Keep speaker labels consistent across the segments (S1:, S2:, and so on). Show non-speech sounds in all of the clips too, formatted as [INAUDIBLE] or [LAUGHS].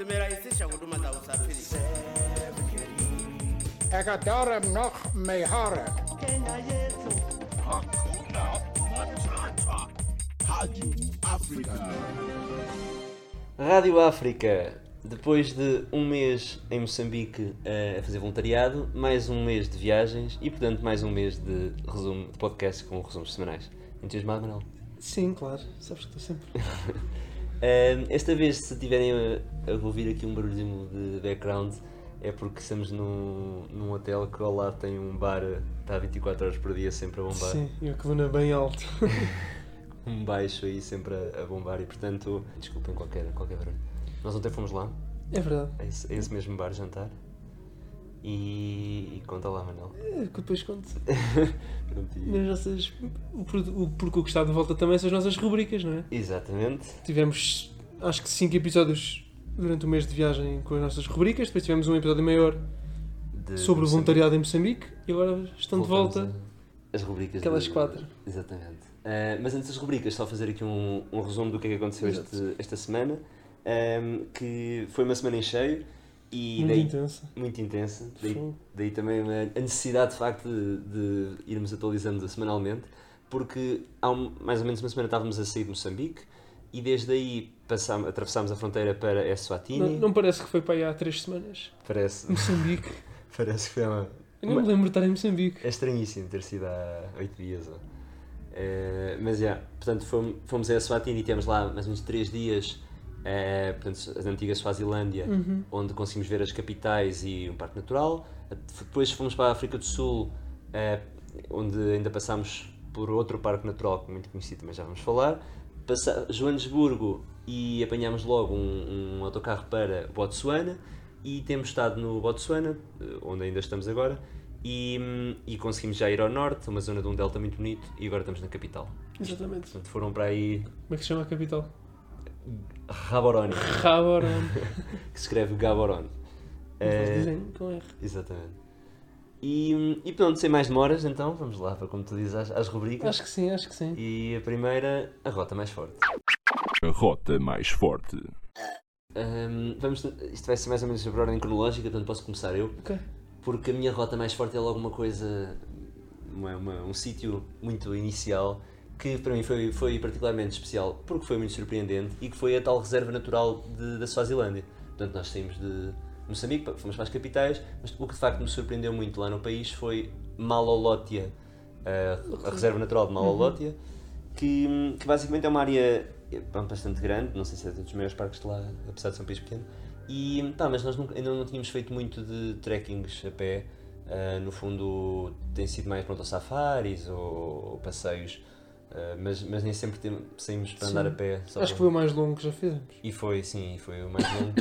S1: imerahisisha huduma za usafiri.
S2: Egadora noch mejora.
S3: Kenya yetu,
S4: Rádio África, depois de um mês em Moçambique eh, a fazer voluntariado, mais um mês de viagens e, portanto, mais um mês de resumo de podcast com resumos semanais. Entusiasmado, Manuel?
S5: Sim, claro. Sabes que estou sempre.
S4: Eh, esta vez, se tiverem a, a ouvir aqui um barulhinho de background, é porque estamos num, num hotel que ao lado tem um bar, eh, está 24 horas por dia sempre a bombar.
S5: Sim, eu que vou na bem alto.
S4: Um baixo aí sempre a, a bombar e, portanto, desculpem qualquer, qualquer barulho. Nós ontem fomos lá,
S5: É verdade.
S4: a esse, a esse mesmo bar jantar. E, e conta lá, Manuel.
S5: É, que depois conto.
S4: Pronto, e-
S5: Nas nossas. O, pro- o- porque o que está de volta também são as nossas rubricas, não é?
S4: Exatamente.
S5: Tivemos acho que 5 episódios durante o mês de viagem com as nossas rubricas, depois tivemos um episódio maior
S4: de-
S5: sobre o
S4: de-
S5: voluntariado em Moçambique e agora estão de
S4: voltamos
S5: volta.
S4: a- As rubricas.
S5: Aquelas
S4: de-
S5: quatro.
S4: Exatamente. Ah, mas antes das rubricas, só fazer aqui um, um resumo do que é que aconteceu
S5: Exato.
S4: este- esta semana. ahm, que foi uma semana em cheio e
S5: Muito
S4: daí-
S5: intensa.
S4: muito intensa. Daí,
S5: Sim.
S4: daí também uma- a necessidade de facto de, de irmos atualizando semanalmente, porque há um- mais ou menos uma semana estávamos a sair de Moçambique e desde aí passámos, atravessámos a fronteira para Eswatini.
S5: Não, não parece que foi para aí há 3 semanas.
S4: Parece, [LAUGHS]
S5: Moçambique.
S4: parece que foi uma,
S5: Eu não me lembro de estar em Moçambique.
S4: É estranhíssimo ter sido há oito dias. ó. Eh, mas já, portanto, fomos, fomos a Eswatini e temos lá mais uns três dias, eh, portanto, a antiga Suazilândia, onde conseguimos ver as capitais e um parque natural. Depois fomos para a África do Sul, eh, onde ainda passámos por outro parque natural que é muito conhecido, mas já vamos falar. Passa Joanesburgo e apanhámos logo um, um autocarro para Botsuana e temos estado no Botsuana, eh, onde ainda estamos agora, e, hum, e conseguimos já ir ao norte, uma zona de um delta muito bonito, e agora estamos na capital.
S5: Exatamente.
S4: Portanto, foram para aí
S5: Como é que se chama a capital?
S4: Raboroni,
S5: Rabaran.
S4: que se escreve Gaborone.
S5: Eles
S4: Eh,
S5: dizem com R.
S4: exatamente. E, hum, e pronto, sem mais demoras, então, vamos lá para, como tu dizes, às, às rubricas.
S5: Acho que sim, acho que sim.
S4: E a primeira, a rota mais forte.
S6: A rota mais forte.
S4: Hum, vamos, isto vai ser mais ou menos por ordem cronológica, portanto posso começar eu.
S5: Ok.
S4: porque a minha rota mais forte é logo uma coisa, uma- uma- um sítio muito inicial que para mim foi, foi particularmente especial porque foi muito surpreendente e que foi a tal reserva natural de- da Suazilândia. Portanto, nós saímos de Moçambique, pa- fomos para as capitais, mas o que de facto me surpreendeu muito lá no país foi Malolótia, a, a reserva natural de Malolótia, que, que basicamente é uma área eh, pá, bastante grande, não sei se é dos maiores parques de lá, apesar de ser um país pequeno. E pá, mas nós nunca- ainda não tínhamos feito muito de trekkings a pé. Ah, no fundo, tem sido mais pronto, ou safaris ou, ou passeios, ah, mas, mas nem sempre tem- saímos para andar a pé. só-
S5: Acho que foi um o mais longo que já fizemos.
S4: e foi, sim, foi o mais longo.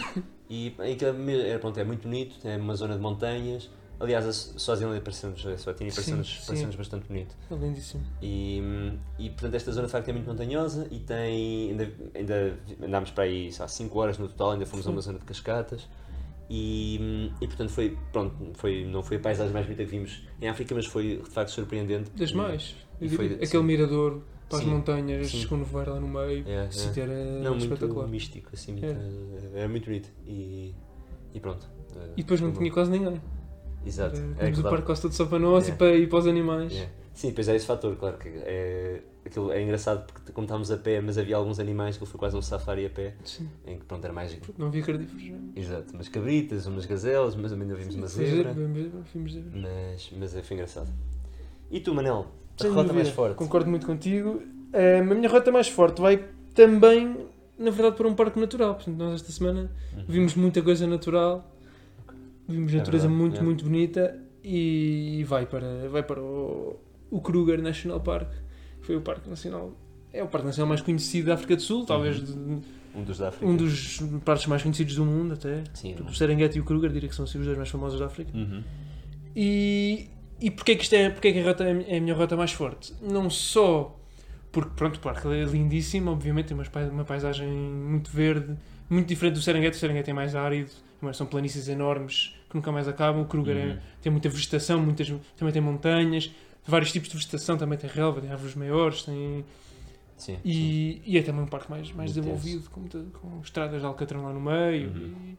S4: e e aquilo é mesmo- é, pronto, é muito bonito, é uma zona de montanhas. Aliás, a Su- Suazilândia pareceu-nos, a Suatini
S5: Sim,
S4: pareceu-nos
S5: sim.
S4: pareceu-nos bastante bonito.
S5: É lindíssimo.
S4: E, e portanto, esta zona de facto é muito montanhosa e tem. Ainda, ainda andámos para aí há 5 horas no total, ainda fomos a uma zona de cascatas. E, e portanto, foi. Pronto, foi, não foi a paisagem mais bonita que vimos em África, mas foi de facto surpreendente.
S5: Das
S4: E-
S5: mais.
S4: E
S5: Eu digo,
S4: foi-
S5: aquele
S4: sim.
S5: mirador para as
S4: Sim,
S5: montanhas,
S4: sim.
S5: com o nevoeiro lá no meio.
S4: É, é.
S5: o sítio era
S4: Não, muito
S5: espetacular. É.
S4: místico, assim, muito, era muito bonito. E, e pronto. eh,
S5: E depois não
S4: foi bom.
S5: tinha quase ninguém.
S4: Exato.
S5: Era-
S4: É,
S5: Tínhamos o
S4: claro.
S5: parque quase todo só para nós
S4: Yeah.
S5: e, para, e para os animais.
S4: Yeah. Sim, depois há esse fator, claro que é, aquilo é engraçado porque como estávamos a pé, mas havia alguns animais que foi quase um safari a pé,
S5: Sim.
S4: em que pronto, era mais.
S5: Não havia cardíferos. não
S4: Exato, umas cabritas, umas gazelas, mas também ainda vimos uma
S5: é?
S4: zebra.
S5: Fomos zebra.
S4: Mas, mas é, foi engraçado. E tu, Manel? A
S5: Sem
S4: rota
S5: dúvida,
S4: mais forte.
S5: Concordo muito contigo. Ah, a minha rota mais forte vai também, na verdade, para um parque natural. Portanto, nós esta semana vimos muita coisa natural, vimos
S4: Uhum. É
S5: natureza
S4: verdade,
S5: muito,
S4: é.
S5: muito bonita e vai para, vai para o, o Kruger National Park. Foi o parque nacional. É o parque nacional mais conhecido da África do
S4: Uhum.
S5: Sul, talvez de-
S4: Um dos da África.
S5: um dos parques mais conhecidos do mundo até.
S4: Sim,
S5: Porque
S4: um-
S5: o Serengeti e o Kruger, diria que são assim, os dois mais famosos da África.
S4: Uhum.
S5: E, e porquê que isto é, porquê que a rota é a mi- é a minha rota mais forte? Não só porque, pronto, o parque é lindíssimo, obviamente, tem umas pai- uma paisagem muito verde, muito diferente do Serengeti, o Serengeti é mais árido, mas são planícies enormes que nunca mais acabam, o Kruger é- tem muita vegetação, muitas, também tem montanhas, vários tipos de vegetação, também tem relva, tem árvores maiores, tem,
S4: Sim.
S5: E, e é também um parque mais, mais
S4: Intenso. Uhum.
S5: desenvolvido, com, muita- com estradas de Alcatrão lá no meio. e-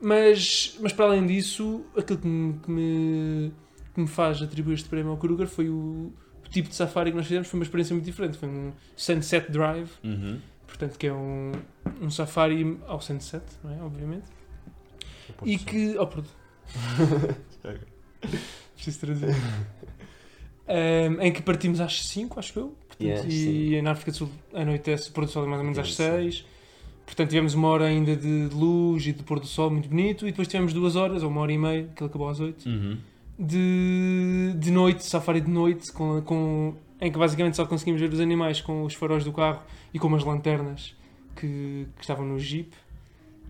S5: mas, mas para além disso, aquilo que me, que me, que me faz atribuir este prémio ao Kruger foi o, o tipo de safari que nós fizemos, foi uma experiência muito diferente. Foi um Sunset Drive,
S4: Uhum.
S5: portanto, que é um, um safari ao Sunset, não é? Obviamente. E que. Oh, pronto. [LAUGHS] Preciso traduzir. Ahm, em que partimos às 5, acho eu. Portanto,
S4: Yeah,
S5: e na África do Sul anoitece, o pôr do sol é mais ou menos às
S4: Sim, sim.
S5: 6. Portanto, tivemos uma hora ainda de luz e de pôr do sol muito bonito. E depois tivemos duas horas, ou uma hora e meia, que ele acabou às 8,
S4: Uhum.
S5: de, de noite, safari de noite, com, com- em que basicamente só conseguimos ver os animais com os faróis do carro e com umas lanternas que, que estavam no jeep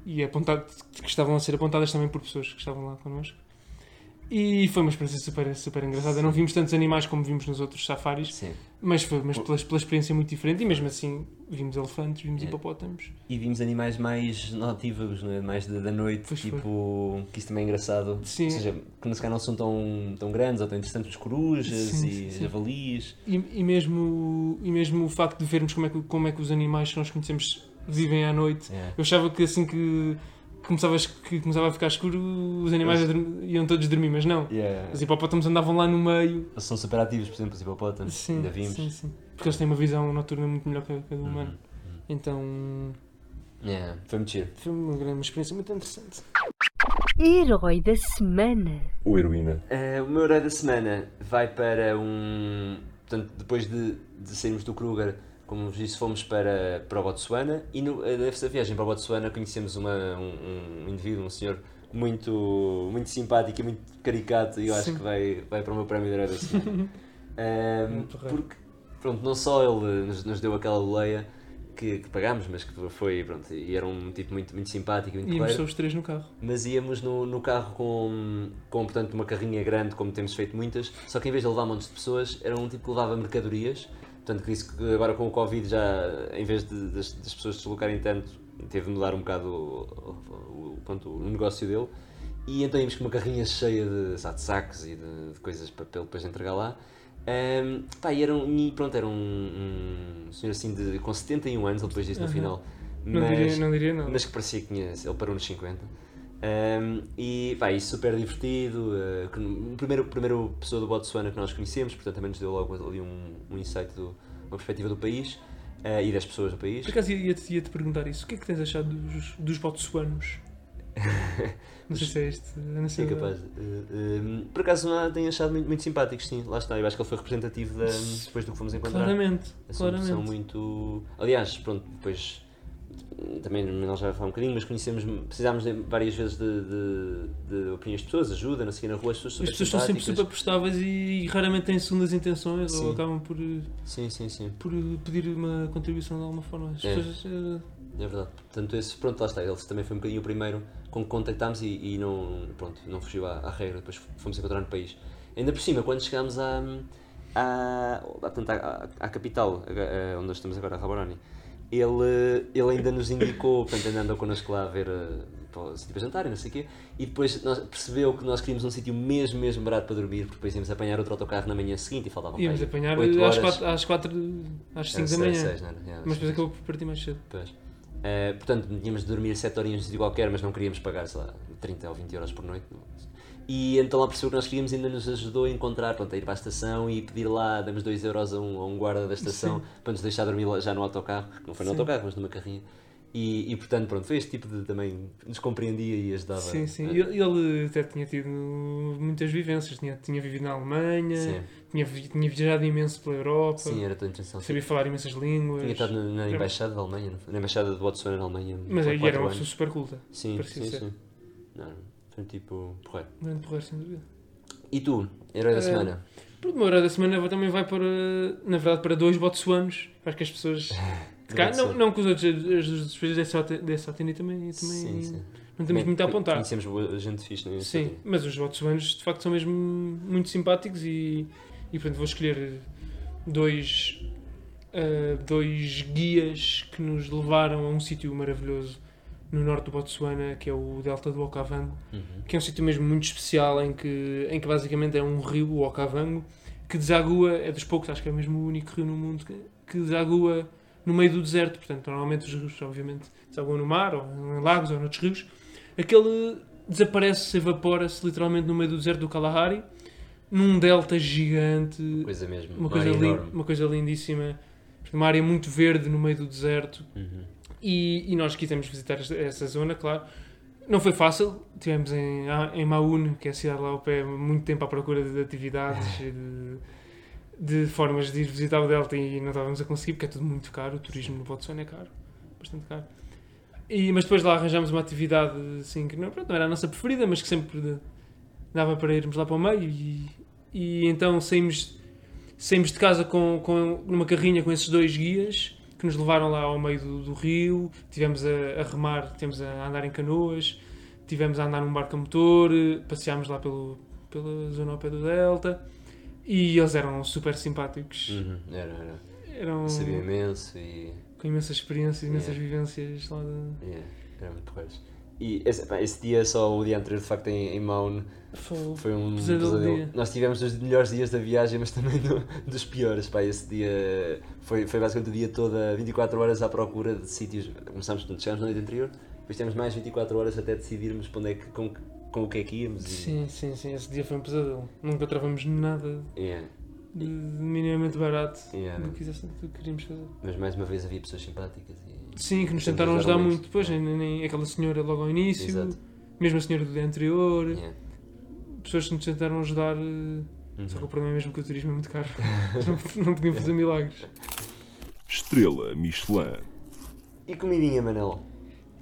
S5: e apontado, que estavam a ser apontadas também por pessoas que estavam lá connosco. E foi uma experiência super, super engraçada. Não vimos tantos animais como vimos nos outros safaris,
S4: Sim.
S5: mas foi mas pela, pela experiência muito diferente. E mesmo assim, vimos elefantes, vimos
S4: É.
S5: hipopótamos.
S4: E vimos animais mais notívagos, não é? mais da, da noite,
S5: Pois foi.
S4: tipo, que isso também é engraçado.
S5: Sim.
S4: Ou seja, que não se calhar não são tão, tão grandes ou tão interessantes os corujas
S5: Sim,
S4: e
S5: sim, sim.
S4: javalis.
S5: E, e mesmo, e mesmo o facto de vermos como é, que, como é que os animais que nós conhecemos vivem à noite
S4: É.
S5: Eu achava que assim que começava, a es- que começava a ficar escuro, os animais adorme- iam todos dormir, mas não.
S4: Yeah.
S5: Os hipopótamos andavam lá no meio.
S4: São super ativos, por exemplo, os hipopótamos.
S5: Sim,
S4: Ainda vimos.
S5: sim, sim. Porque eles têm uma visão noturna muito melhor que a que a do
S4: Uhum.
S5: humano. Então
S4: Yeah. Foi muito giro.
S5: foi uma grande experiência muito interessante.
S3: Herói da semana.
S7: Ou heroína.
S4: Eh, o meu herói da semana vai para um. Portanto, depois de, de sairmos do Kruger, como vos disse, fomos para, para o Botsuana e no, eh, nessa viagem para o Botsuana conhecemos uma, um, um indivíduo, um senhor muito, muito simpático e muito caricato e eu acho
S5: Sim.
S4: que vai, vai para o meu prémio de herói da
S5: [LAUGHS]
S4: semana. Eh,
S5: Muito raro.
S4: porque, pronto, não só ele nos, nos deu aquela boleia que, que pagámos, mas que foi, pronto, e era um tipo muito, muito simpático e muito
S5: Íamos
S4: claro
S5: só os três no carro.
S4: mas íamos no, no carro com, com, portanto, uma carrinha grande, como temos feito muitas, só que em vez de levar montes de pessoas, era um tipo que levava mercadorias, portanto, que disse que agora com o Covid já, em vez de, das, das pessoas se deslocarem tanto, teve de mudar um bocado o, o, o- pronto, o negócio dele, e então íamos com uma carrinha cheia de, sabe, de sacos e de, de coisas para para ele depois entregar lá, Ahm, pá, e era um, e pronto, era um, um senhor assim de, com 71 anos, ele depois disse no final,
S5: Não diria, não diria nada.
S4: mas que parecia que tinha, ele parou nos 50. Ahm, e vai, super divertido. eh, que no- primeiro, primeiro pessoa do Botsuana que nós conhecemos, portanto também nos deu logo ali um, um insight, do, uma perspectiva do país eh, e das pessoas do país.
S5: Por acaso ia-te ia-te perguntar isso. O que é que tens achado dos, dos
S4: [LAUGHS]
S5: botsuanos? Não sei se é este. Não sei
S4: Sim, capaz. Eh, ehm, por acaso não tenho achado muito, muito simpáticos, sim, lá está. Eu acho que ele foi representativo da, depois do que fomos encontrar.
S5: Claramente,
S4: São,
S5: claramente.
S4: são é muito. Aliás, pronto, depois também nós já falar um bocadinho, mas conhecemos, precisámos de- várias vezes de, de, de opiniões de pessoas, ajuda, não sei o quê, na rua, as pessoas super
S5: As pessoas são sempre super
S4: simpáticas.
S5: prestáveis e raramente têm segundas intenções ou
S4: Sim.
S5: acabam por,
S4: Sim, sim, sim,
S5: por pedir uma contribuição de alguma forma. As
S4: É.
S5: pessoas, eh,
S4: é verdade. Portanto, esse, pronto, lá está, ele também foi um bocadinho o primeiro com que contactámos e, e não, pronto, não fugiu à, à regra, depois fomos encontrar no país. Ainda por cima, quando chegámos à, à, portanto, à, à- à capital, a- a- onde nós estamos agora, a Rabaroni, ele, ele ainda nos indicou, portanto, ainda andou connosco lá a ver eh, para se tipo a jantar e não sei o quê, e depois nós- percebeu que nós queríamos um sítio mesmo, mesmo barato para dormir, porque depois íamos apanhar outro autocarro na manhã seguinte e faltava
S5: íamos apanhar
S4: oito
S5: às
S4: horas.
S5: 4, às, quatro, às 5
S4: Era
S5: da
S4: seis,
S5: manhã.
S4: seis, não era? Yeah,
S5: mas
S4: seis,
S5: depois acabou por partir mais cedo.
S4: Pois. Eh, portanto, tínhamos de dormir 7 horinhas num sítio qualquer, mas não queríamos pagar, sei lá, 30 ou 20 euros por noite. E então lá percebeu que nós queríamos e ainda nos ajudou a encontrar, pronto, a ir para a estação e pedir lá, damos 2 euros a um, a um guarda da estação para nos deixar dormir lá já no autocarro, que não foi no autocarro, mas numa carrinha. E, e, portanto, pronto, foi este tipo de também nos compreendia e ajudava.
S5: Sim, sim.
S4: a-
S5: Ele, ele até tinha tido muitas vivências. Tinha, tinha vivido na Alemanha,
S4: Sim.
S5: tinha, vi- tinha viajado imenso pela Europa,
S4: Sim, era a tua intenção. sim.
S5: sabia falar imensas línguas.
S4: Tinha estado na, na
S5: Era-
S4: embaixada da Alemanha, não foi? na embaixada de Botswana na Alemanha.
S5: Mas
S4: há
S5: aí era
S4: quatro
S5: uma
S4: anos.
S5: pessoa super culta.
S4: Sim,
S5: parecia
S4: sim,
S5: ser.
S4: sim. Não, foi tipo, porreiro.
S5: Grande porreiro, sem dúvida.
S4: E tu, herói da
S5: Eh,
S4: semana?
S5: Pronto, uma hora da semana também vai para, na verdade, para dois botsuanos. Acho que as
S4: [LAUGHS]
S5: pessoas de cá,
S4: Deve
S5: não,
S4: ser.
S5: não que os outros, as as pessoas dessa Ota- dessa Atene também, também
S4: Sim, sim.
S5: não temos muito a apontar.
S4: Conhecemos boa gente fixe, não é?
S5: Sim, mas os botsuanos de facto são mesmo muito simpáticos e, e portanto vou escolher dois, ah, dois guias que nos levaram a um sítio maravilhoso no norte do Botsuana, que é o Delta do
S4: Uhum.
S5: Okavango, que é um sítio mesmo muito especial em que, em que basicamente é um rio, o Okavango, que desagua, é dos poucos, acho que é mesmo o único rio no mundo que, que desagua no meio do deserto. Portanto, normalmente os rios, obviamente, desaguam no mar, ou em lagos, ou noutros rios. Aquele desaparece, evapora-se literalmente no meio do deserto do Kalahari, num delta gigante,
S4: Coisa mesmo. é
S5: uma coisa, lin-
S4: enorme.
S5: uma coisa lindíssima, uma área muito verde no meio do deserto.
S4: Uhum,
S5: E, e nós quisemos visitar esta- essa zona, claro. Não foi fácil, estivemos em, em Maúne, que é a cidade lá ao pé, muito tempo à procura de atividades, e de, de formas de ir visitar o Delta e não estávamos a conseguir, porque é tudo muito caro, o turismo no Botswana é caro, bastante caro. E, mas depois lá arranjámos uma atividade assim, que não, pronto, não era a nossa preferida, mas que sempre de- dava para irmos lá para o meio. E, e então saímos, saímos de casa com, com, numa carrinha com esses dois guias que nos levaram lá ao meio do, do rio. Tivemos a, a remar, tivemos a andar em canoas, tivemos a andar num barco a motor, eh, passeámos lá pelo, pela zona ao pé do Delta. E eles eram super simpáticos.
S4: Uhum, Era, era.
S5: Eram
S4: Sabia imenso e.
S5: com imensas experiências, imensas
S4: Yeah.
S5: vivências lá de...
S4: yeah, era muito coisa. E esse, pá, esse dia, só o dia anterior, de facto, em, em Maun,
S5: Foi-
S4: foi um
S5: Pesadelo
S4: pesadelo.
S5: dia.
S4: Nós tivemos os melhores dias da viagem, mas também do- dos piores. Pá, esse dia foi, foi basicamente o dia todo, a 24 horas à procura de sítios. Começámos, portanto, chegámos na noite anterior, depois temos mais 24 horas até decidirmos para onde é que, com, que- com o que é que íamos. e-
S5: Sim, sim, sim, esse dia foi um pesadelo. Nunca travamos nada
S4: Yeah,
S5: de, de minimamente barato
S4: yeah.
S5: do que, quisesse, do que queríamos fazer.
S4: Mas mais uma vez havia pessoas simpáticas e.
S5: Sim, que nos
S4: Sim,
S5: tentaram
S4: nos
S5: ajudar
S4: ajudaram
S5: muito
S4: muito.
S5: depois, nem, nem aquela senhora logo ao início,
S4: Exato.
S5: mesmo a senhora do dia anterior,
S4: Yeah.
S5: pessoas que nos tentaram ajudar, eh, só
S4: Uhum.
S5: que o problema é mesmo que o turismo é muito caro, [LAUGHS] não, não podiam fazer milagres.
S6: Estrela Michelin.
S4: E comidinha, Manel?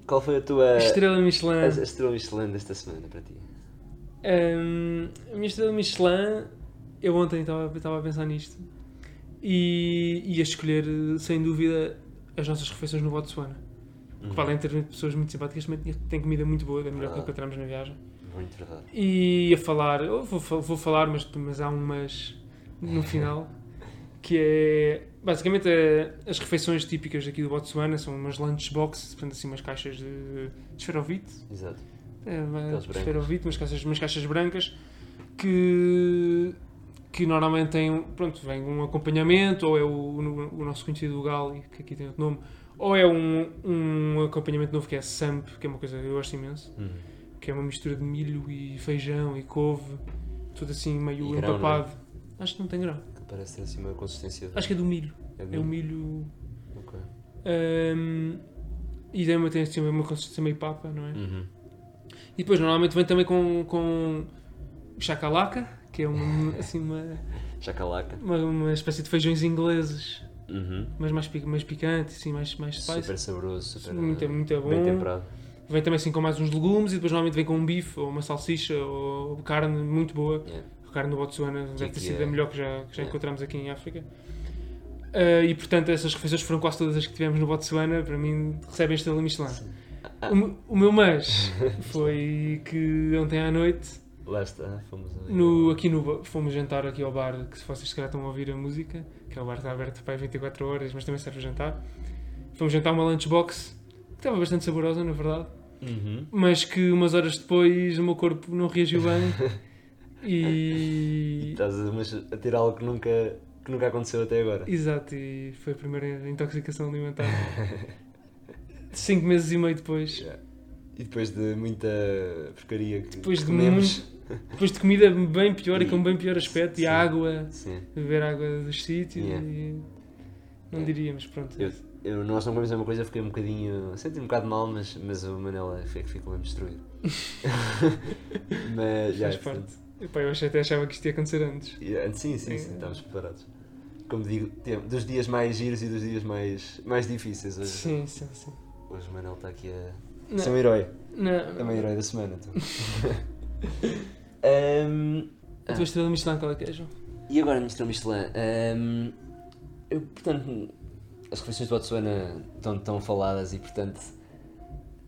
S4: Qual foi a tua.
S5: A estrela
S4: a- a
S5: Michelin.
S4: estrela Michelin desta semana para ti?
S5: Hum, a minha estrela Michelin, eu ontem estava estava a pensar nisto e ia escolher, sem dúvida, as nossas refeições no Botswana. Porque, para além de ter pessoas muito simpáticas, também tinha- tem comida muito boa, da melhor que
S4: Ah.
S5: encontramos na viagem.
S4: Muito verdade.
S5: E a falar, eu vou, fa- vou falar, mas, mas há umas no final, que é basicamente é, as refeições típicas aqui do Botswana são umas lunchboxes, portanto, assim, umas caixas de, de esferovite,
S4: Exato.
S5: é,
S4: Aquelas brancas.
S5: prefiro ouvir umas caixas, umas caixas brancas que, que normalmente têm, pronto, vem um acompanhamento, ou é o, o nosso conhecido Gali, que aqui tem outro nome, ou é um, um acompanhamento novo que é Samp, que é uma coisa que eu gosto imenso,
S4: Uhum.
S5: que é uma mistura de milho e feijão e couve, tudo assim meio
S4: E grão, é?
S5: empapado. Acho que não tem grão.
S4: Que parece ter assim uma consistência.
S5: Acho que é do milho.
S4: É
S5: É o milho.
S4: Ok.
S5: hum, e tem uma, tem assim uma consistência meio papa, não é?
S4: Uhum.
S5: E depois normalmente vem também com, com chacalaca, que é um, assim, uma,
S4: Chacalaca.
S5: uma, uma espécie de feijões ingleses,
S4: Uhum.
S5: mas mais, pi- mais picante, assim, mais, mais spicy.
S4: Super saboroso, super.
S5: Muito, é
S4: eh,
S5: muito bom.
S4: Bem temperado.
S5: Vem também assim com mais uns legumes e depois normalmente vem com um bife ou uma salsicha ou carne muito boa.
S4: Yeah.
S5: A carne do Botsuana deve ter
S4: que
S5: sido
S4: é?
S5: a melhor que já, que já
S4: É.
S5: encontramos aqui em África. Ah, e portanto, essas refeições foram quase todas as que tivemos no Botsuana, para mim, recebem estrela Michelin. O, me- o meu
S4: [LAUGHS]
S5: mas foi que ontem à noite
S4: Lá está, fomos ali.
S5: No, aqui no ba- fomos jantar aqui ao bar, que se vocês se calhar estão a ouvir a música, que é o bar que está aberto para aí 24 horas, mas também serve o jantar. Fomos jantar uma lunchbox, que estava bastante saborosa, na verdade,
S4: Uhum.
S5: mas que umas horas depois o meu corpo não reagiu
S4: [LAUGHS]
S5: bem e...
S4: Estás a, mas a ter algo que nunca, que nunca aconteceu até agora.
S5: Exato, e foi a primeira intoxicação alimentar. Cinco meses e meio depois.
S4: E depois de muita porcaria que
S5: Depois de
S4: comemos.
S5: Depois de comida bem pior e com
S4: E-
S5: bem pior aspecto, e
S4: Sim.
S5: água...
S4: Sim.
S5: beber água dos sítios
S4: Yeah.
S5: e não
S4: Yeah.
S5: diríamos, pronto.
S4: Eu, eu, nós não comemos a mesma coisa, fiquei um bocadinho. senti um bocado mal, mas, mas o Manela foi que ficou
S5: [LAUGHS]
S4: mesmo destruído. mas já.
S5: Faz parte. Epá, eu achei- até achava que isto ia acontecer antes.
S4: Yeah, sim, sim, sim,
S5: É.
S4: estamos preparados. Como digo, tem- dos dias mais giros e dos dias mais, mais difíceis. Hoje,
S5: Sim, sim, sim.
S4: hoje o Manel está aqui a
S5: Não,
S4: ser um herói.
S5: não,
S4: É um herói da
S5: [LAUGHS]
S4: semana, então. [LAUGHS] Ahm,
S5: A tua estrela Michelin qual é que é, João?
S4: e agora, Mr. Michelin, ahm, eu, portanto, as refeições do Botswana estão tão faladas e, portanto,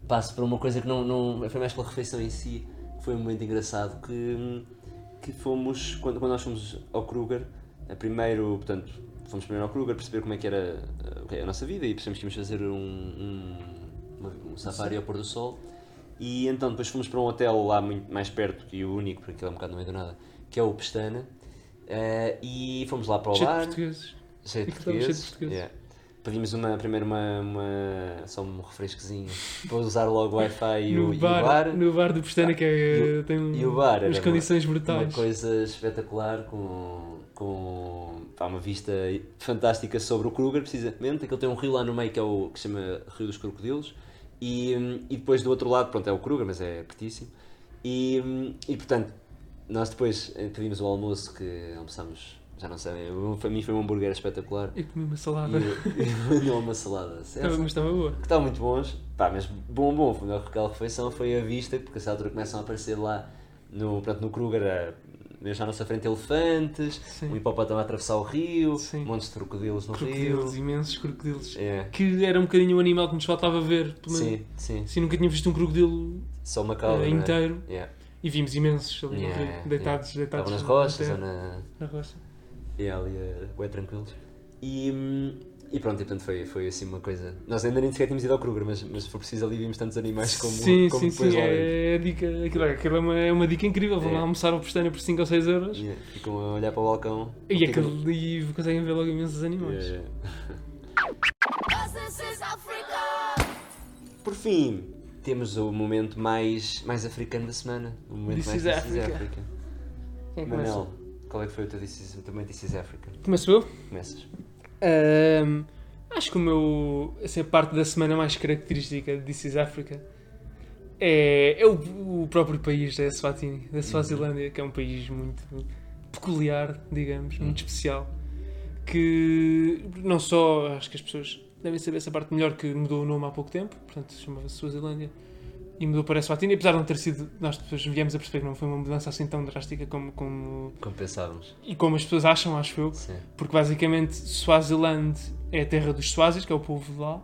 S4: passo por uma coisa que não, não. Foi mais pela refeição em si, que foi um momento engraçado. Que, que fomos. Quando, quando nós fomos ao Kruger, a primeiro, portanto, fomos primeiro ao Kruger perceber como é que era eh, o que é a nossa vida e percebemos que íamos fazer um, um, uma- um safari ao pôr do sol. E então depois fomos para um hotel lá muito mais perto e o único, porque aquilo é um bocado no meio do nada, que é o Pestana. Eh, e fomos lá para o
S5: Cheio de
S4: bar.
S5: portugueses.
S4: Cheio de
S5: E que estava cheio de
S4: portugueses.
S5: portugueses.
S4: é yeah. Pedimos uma, primeiro uma, uma- só um refrescozinho para usar logo o Wi-Fi e, o,
S5: no,
S4: e o
S5: bar,
S4: bar.
S5: no bar do Pestana que é, tem um-
S4: E o bar era
S5: umas
S4: uma-
S5: condições
S4: Uma
S5: brutais.
S4: coisa espetacular com, com pá, uma vista fantástica sobre o Kruger, precisamente. Aquilo tem um rio lá no meio que, é o, que se chama Rio dos Crocodilos. E, hum, e depois do outro lado, pronto, é o Kruger, mas é pertíssimo. E, hum, e portanto, nós depois eh, pedimos o almoço que almoçámos, já não sei, eu- para mim foi um hambúrguer espetacular.
S5: Eu comi uma salada.
S4: [LAUGHS] E, e mandou uma
S5: [LAUGHS]
S4: salada.
S5: Estava, mas estava boa.
S4: que estavam muito bons, pá, mas bom, bom, a melhor aquela refeição foi a vista, porque a essa altura começam a aparecer lá no, pronto, no Kruger, a, mesmo à nossa frente, elefantes,
S5: Sim.
S4: um hipopótamo a atravessar o rio,
S5: Sim.
S4: montes de crocodilos no
S5: Crocodilos,
S4: rio.
S5: imensos crocodilos.
S4: É.
S5: Que era um bocadinho o animal que nos faltava ver. Pelo menos.
S4: Sim, sim,
S5: Assim, nunca tinha visto um crocodilo
S4: só uma cauda.
S5: eh,
S4: não é?
S5: inteiro.
S4: Yeah.
S5: E vimos imensos ali no
S4: Yeah,
S5: rio,
S4: yeah.
S5: deitados, deitados.
S4: Estavam nas
S5: na
S4: rochas ou
S5: terra.
S4: na.
S5: Na rocha.
S4: E ali, eh, bué tranquilos. E, hum, e pronto, e portanto foi, foi assim uma coisa. Nós ainda nem sequer tínhamos ido ao Kruger, mas, mas se for preciso ali vimos tantos animais como,
S5: sim,
S4: como
S5: sim,
S4: depois
S5: sim.
S4: lá vimos.
S5: É, a dica, aquilo, é- aquilo é, uma, é uma dica incrível. Vão
S4: É.
S5: lá almoçar ao Pestana por 5 ou 6 euros.
S4: Yeah, Ficam a olhar para o balcão.
S5: E, aquele, e conseguem ver logo imensos animais.
S4: Yeah, yeah. Por fim, temos o momento mais, mais africano da semana. O momento
S5: This
S4: mais
S5: is
S4: This is
S5: Africa.
S4: Africa.
S5: Quem começa?
S4: Manel, qual é que foi o teu This is, também This is Africa?
S5: Começo eu?
S4: Começas.
S5: Ahm, acho que o meu. Assim, a parte da semana mais característica de This is Africa é, é o, o próprio país da Eswatini, da Suazilândia, que é um país muito peculiar, digamos, muito especial. Que não só acho que as pessoas devem saber essa parte melhor, que mudou o nome há pouco tempo, portanto chamava-se Suazilândia. E mudou para Eswatini, apesar de não ter sido. Nós depois viemos a perceber que não foi uma mudança assim tão drástica como, como,
S4: Como pensávamos.
S5: e como as pessoas acham, acho eu.
S4: Sim.
S5: Porque basicamente Swaziland é a terra dos Swazis, que é o povo de lá,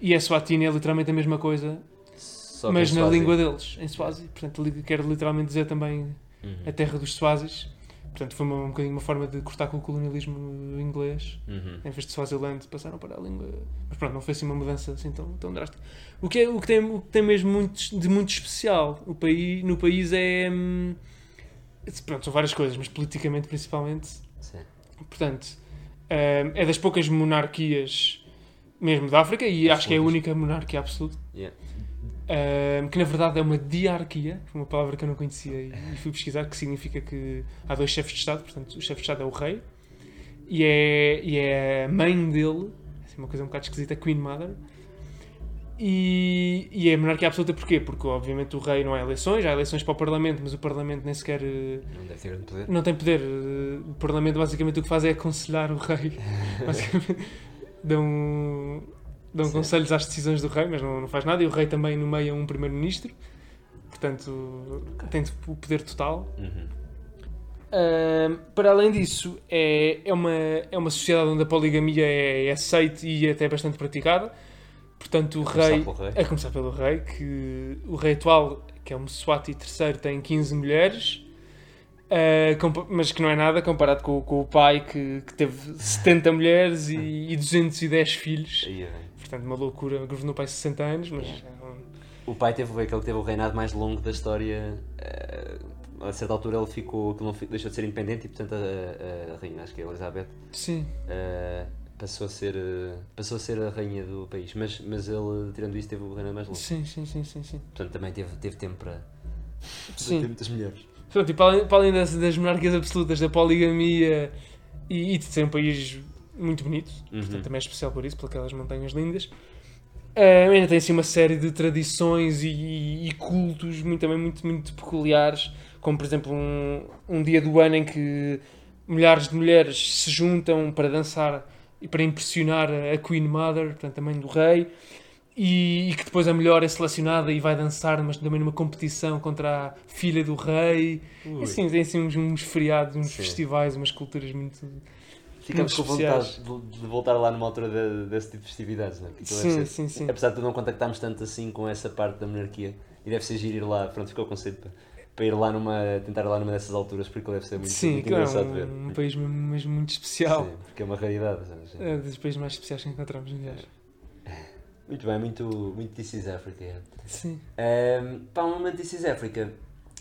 S5: e a Swatini é literalmente a mesma coisa,
S4: Só que
S5: mas
S4: em
S5: na
S4: Swazi.
S5: língua deles, em Swazi. Portanto, li- quer literalmente dizer também
S4: Uhum.
S5: a terra dos Swazis. Portanto, foi uma, um bocadinho uma forma de cortar com o colonialismo inglês.
S4: Uhum.
S5: Em vez de Swaziland, passaram para a língua. Mas pronto, não foi assim uma mudança assim tão, tão drástica. O que, é, o, que tem, o que tem mesmo muito, de muito especial o país, no país é. hum, Pronto, são várias coisas, mas politicamente principalmente
S4: Sim.
S5: Portanto, hum, é das poucas monarquias mesmo da África e acho que é a única monarquia absoluta.
S4: Yeah.
S5: hum, que na verdade é uma diarquia, uma palavra que eu não conhecia e e fui pesquisar, que significa que há dois chefes de Estado, portanto, o chefe de Estado é o rei e é, e é a mãe dele, assim, uma coisa um bocado esquisita, a Queen Mother. E, e é monarquia absoluta porquê? Porque obviamente o rei não há eleições, há eleições para o Parlamento, mas o Parlamento nem sequer eh,
S4: Não deve ter grande poder.
S5: não tem poder. eh, O Parlamento basicamente o que faz é aconselhar o rei.
S4: [LAUGHS]
S5: Basicamente, dão dão
S4: Sim.
S5: conselhos às decisões do rei, mas não, não faz nada. E o rei também nomeia um primeiro-ministro. Portanto, tem o poder total.
S4: Uhum.
S5: Ahm, para além disso, é, é, uma, é uma sociedade onde a poligamia é aceita e até bastante praticada. Portanto, o
S4: começar
S5: rei,
S4: pelo rei.
S5: A começar pelo rei, que o rei atual, que é o Mswati III, tem 15 mulheres, ah, compa- mas que não é nada comparado com, com o pai, que, que teve 70 mulheres e, e 210 filhos.
S4: Aí, bem.
S5: Portanto, uma loucura. Governou o pai 60 anos, mas é um-
S4: O pai teve foi aquele que teve o reinado mais longo da história. eh, a certa altura ele ficou, que não fi- deixou de ser independente e portanto a, a- a rainha, acho que é Elizabeth,
S5: sim.
S4: eh, passou a ser eh, passou a ser a rainha do país. Mas, mas ele, tirando isso, teve o reinado mais longo.
S5: Sim, sim, sim, sim, sim.
S4: Portanto, também teve, teve tempo para,
S5: Sim.
S4: ter muitas mulheres.
S5: Pronto, e para além, para além das, das monarquias absolutas, da poligamia e, e de ser um país muito bonito, portanto também é especial por isso, por aquelas montanhas lindas, ah, ainda tem assim uma série de tradições e, e- e cultos muito, também muito, muito peculiares, como por exemplo um, um dia do ano em que milhares de mulheres se juntam para dançar e para impressionar a a Queen Mother, portanto a mãe do rei, e, e que depois a melhor é selecionada e vai dançar, mas também numa competição contra a filha do rei. Assim, tem assim uns, uns feriados, uns
S4: Sim.
S5: festivais, umas culturas muito.
S4: Ficamos com
S5: Muito
S4: vontade de, de voltar lá numa altura de- desse tipo de festividades, não é? Porque deve
S5: Sim,
S4: ser-
S5: sim, sim.
S4: Apesar de não contactarmos tanto assim com essa parte da monarquia, e deve ser giro ir lá, pronto, ficou o conceito para, para ir lá numa, tentar ir lá numa dessas alturas, porque deve ser muito,
S5: Sim,
S4: muito
S5: aquilo é
S4: engraçado
S5: um,
S4: ver.
S5: um país mesmo, mesmo muito especial.
S4: Sim, porque é uma raridade. sabes?
S5: É dos países mais especiais que encontramos, aliás.
S4: É. Muito bem, muito, muito This is Africa. é.
S5: Sim.
S4: um Ahm, pá, o momento This is Africa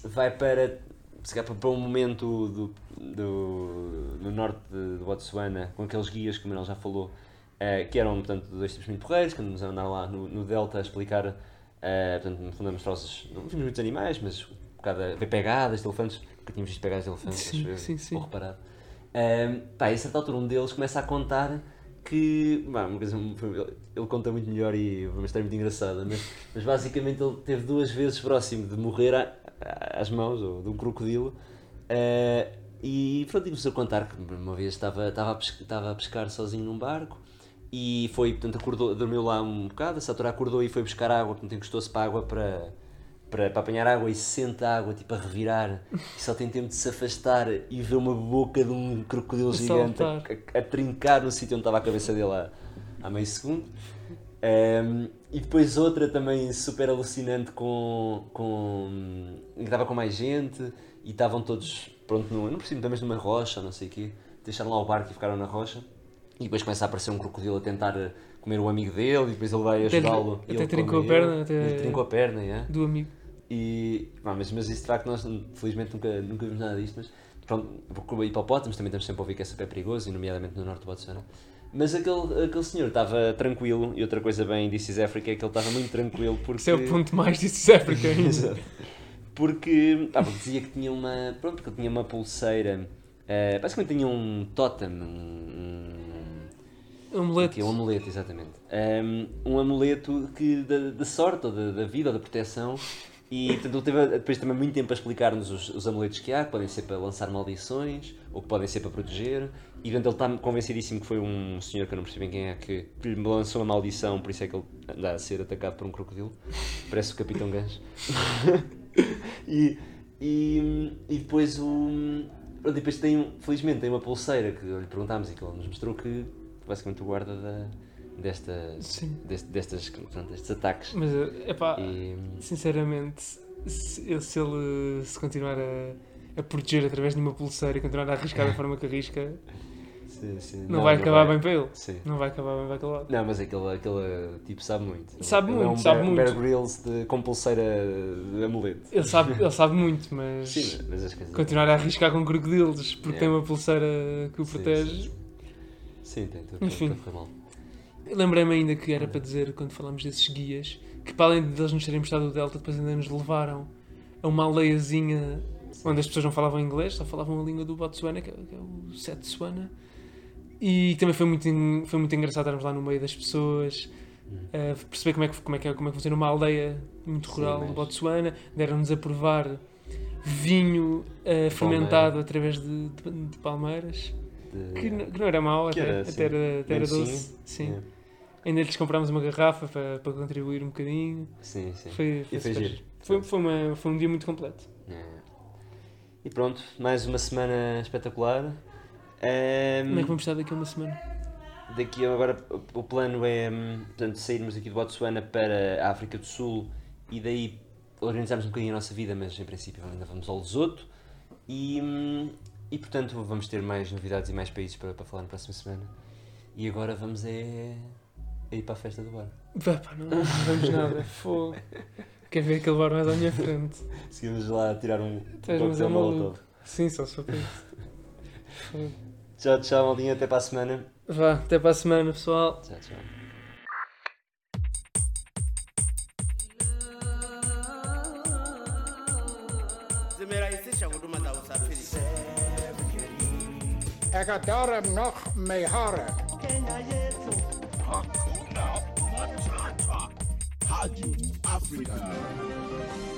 S4: é vai para se calhar para um momento do, do, no norte de, de Botsuana, com aqueles guias que o Manuel já falou, eh, que eram, portanto, dois tipos muito porreiros, que nos andaram lá no, no Delta a explicar, eh, portanto, no fundo, a mostrar os- não vimos muitos animais, mas um bocado a ver pegadas de elefantes, porque tínhamos visto pegadas de elefantes,
S5: Sim,
S4: acho eu,
S5: sim, sim.
S4: pouco reparado. Ahm, pá, e a certa altura um deles começa a contar que. Bah, uma coisa, foi- ele conta muito melhor e é uma história muito engraçada, mas, mas basicamente ele teve duas vezes próximo de morrer a- a- às mãos ou de um crocodilo. ah, e pronto, e começou a contar que uma vez estava, estava, a pesca- estava a pescar sozinho num barco e foi, portanto, acordou, dormiu lá um bocado, a essa altura acordou e foi buscar água, portanto, encostou-se para a água para para, para apanhar água e sente a água tipo a revirar e só tem tempo de se afastar e vê uma boca de um crocodilo gigante a,
S5: saltar.
S4: a- a trincar no sítio onde estava a cabeça dele há, há meio segundo. Ahm, e depois outra também super alucinante com, com em que estava com mais gente e estavam todos pronto no, não percebo, mas numa rocha, não sei o quê. Deixaram lá o barco e ficaram na rocha. E depois começa a aparecer um crocodilo a tentar comer o amigo dele e depois ele vai
S5: Até-
S4: ajudá-lo. e
S5: até
S4: ele
S5: trincou
S4: come
S5: a
S4: ele.
S5: perna, até-
S4: Ele trincou a perna, yeah.
S5: do amigo.
S4: E, pá, mas, mas isso de facto nós felizmente nunca, nunca vimos nada disto, mas pronto, porque hipopótamos também estamos sempre a ouvir que é super perigoso, e nomeadamente no norte do Botswana. Mas aquele, aquele senhor estava tranquilo, e outra coisa bem This is Africa é que ele estava muito tranquilo porque...
S5: Esse é um o ponto mais disso
S4: [LAUGHS]
S5: África ainda.
S4: Exato. Porque, pá, porque dizia que tinha uma, pronto, que ele tinha uma pulseira, eh, basicamente tinha um totem, um- um
S5: Amuleto.
S4: que é um amuleto, exatamente. Um, um amuleto que da, da sorte, ou da, da vida, ou da proteção. E portanto, ele teve depois também muito tempo a explicar-nos os, os amuletos que há, que podem ser para lançar maldições, ou que podem ser para proteger. E portanto, ele está convencidíssimo que foi um senhor que eu não percebi bem quem é que lhe lançou uma maldição, por isso é que ele anda a ser atacado por um crocodilo. Parece o Capitão Gancho. [LAUGHS] e, e, e depois o. pronto, e Depois tem, um- felizmente, tem uma pulseira que lhe perguntámos e que ele nos mostrou que basicamente o guarda da, desta,
S5: Sim.
S4: deste- destas, portanto, destes ataques.
S5: Mas, é pá,
S4: E-
S5: sinceramente, se, ele- se ele se continuar a, a proteger através de uma pulseira e continuar a
S4: É.
S5: arriscar da forma que arrisca,
S4: sim, sim.
S5: não, vai acabar bem para ele.
S4: Sim.
S5: Não vai acabar bem para aquele lado.
S4: Não, mas aquele, aquele tipo sabe muito.
S5: Sabe
S4: Ele é
S5: muito,
S4: um
S5: sabe
S4: Bear-
S5: muito.
S4: Bear Grylls de- com pulseira de amuleto.
S5: Ele sabe, ele sabe muito, mas
S4: Sim, mas as coisas.
S5: continuar a arriscar com crocodilos porque
S4: Yeah.
S5: tem uma pulseira que o
S4: Sim,
S5: protege.
S4: Sim, sim. sim tem tudo
S5: Enfim.
S4: para correr mal.
S5: Lembrei-me ainda que era para dizer, quando falámos desses guias, que para além deles nos terem mostrado o Delta, depois ainda nos levaram a uma aldeiazinha onde as pessoas não falavam inglês, só falavam a língua do Botsuana, que é, que é o Setsuana. E também foi muito, en- foi muito engraçado estarmos lá no meio das pessoas, a perceber como é, que, como, é que, é- como é que funciona uma aldeia muito
S4: Uhum. Sim,
S5: rural
S4: mas-
S5: do Botsuana. Deram-nos a provar vinho eh, fermentado através de, de- de palmeiras,
S4: De-
S5: que, não, que não era mau,
S4: Que
S5: até
S4: era,
S5: até
S4: sim.
S5: era, até era
S4: Menos
S5: doce. Sim.
S4: é.
S5: Ainda lhes comprámos uma garrafa para, para contribuir um bocadinho.
S4: Sim, sim.
S5: Foi, foi,
S4: E foi
S5: super.
S4: giro.
S5: Foi, foi, uma- foi um dia muito completo.
S4: É. E pronto, mais uma semana espetacular. Ahm,
S5: Como é que vamos estar daqui a uma semana?
S4: Daqui a agora o- o plano é hum, portanto, sairmos aqui de Botsuana para a África do Sul e daí organizarmos um bocadinho a nossa vida, mas em princípio ainda vamos ao Lesoto e, hum, e portanto vamos ter mais novidades e mais países para, para falar na próxima semana. E agora vamos é, é ir para a festa do bar.
S5: Vá, pá, não, não vamos
S4: [LAUGHS]
S5: nada. Fogo. Quer ver aquele bar mais à minha frente?
S4: Seguimos lá a tirar um um
S5: Tu és, mas é
S4: cocktail
S5: maluco.
S4: molotov.
S5: Sim, só se for para isso. Fogo.
S4: Tchau, tchau, maldinha, até para a semana.
S5: Vá, até para a semana, pessoal.
S4: Tchau, tchau.
S1: zimerahisisha huduma za usafiri.
S2: Ekadara noch mehare.
S7: Hakuna matata. Haji Afrika.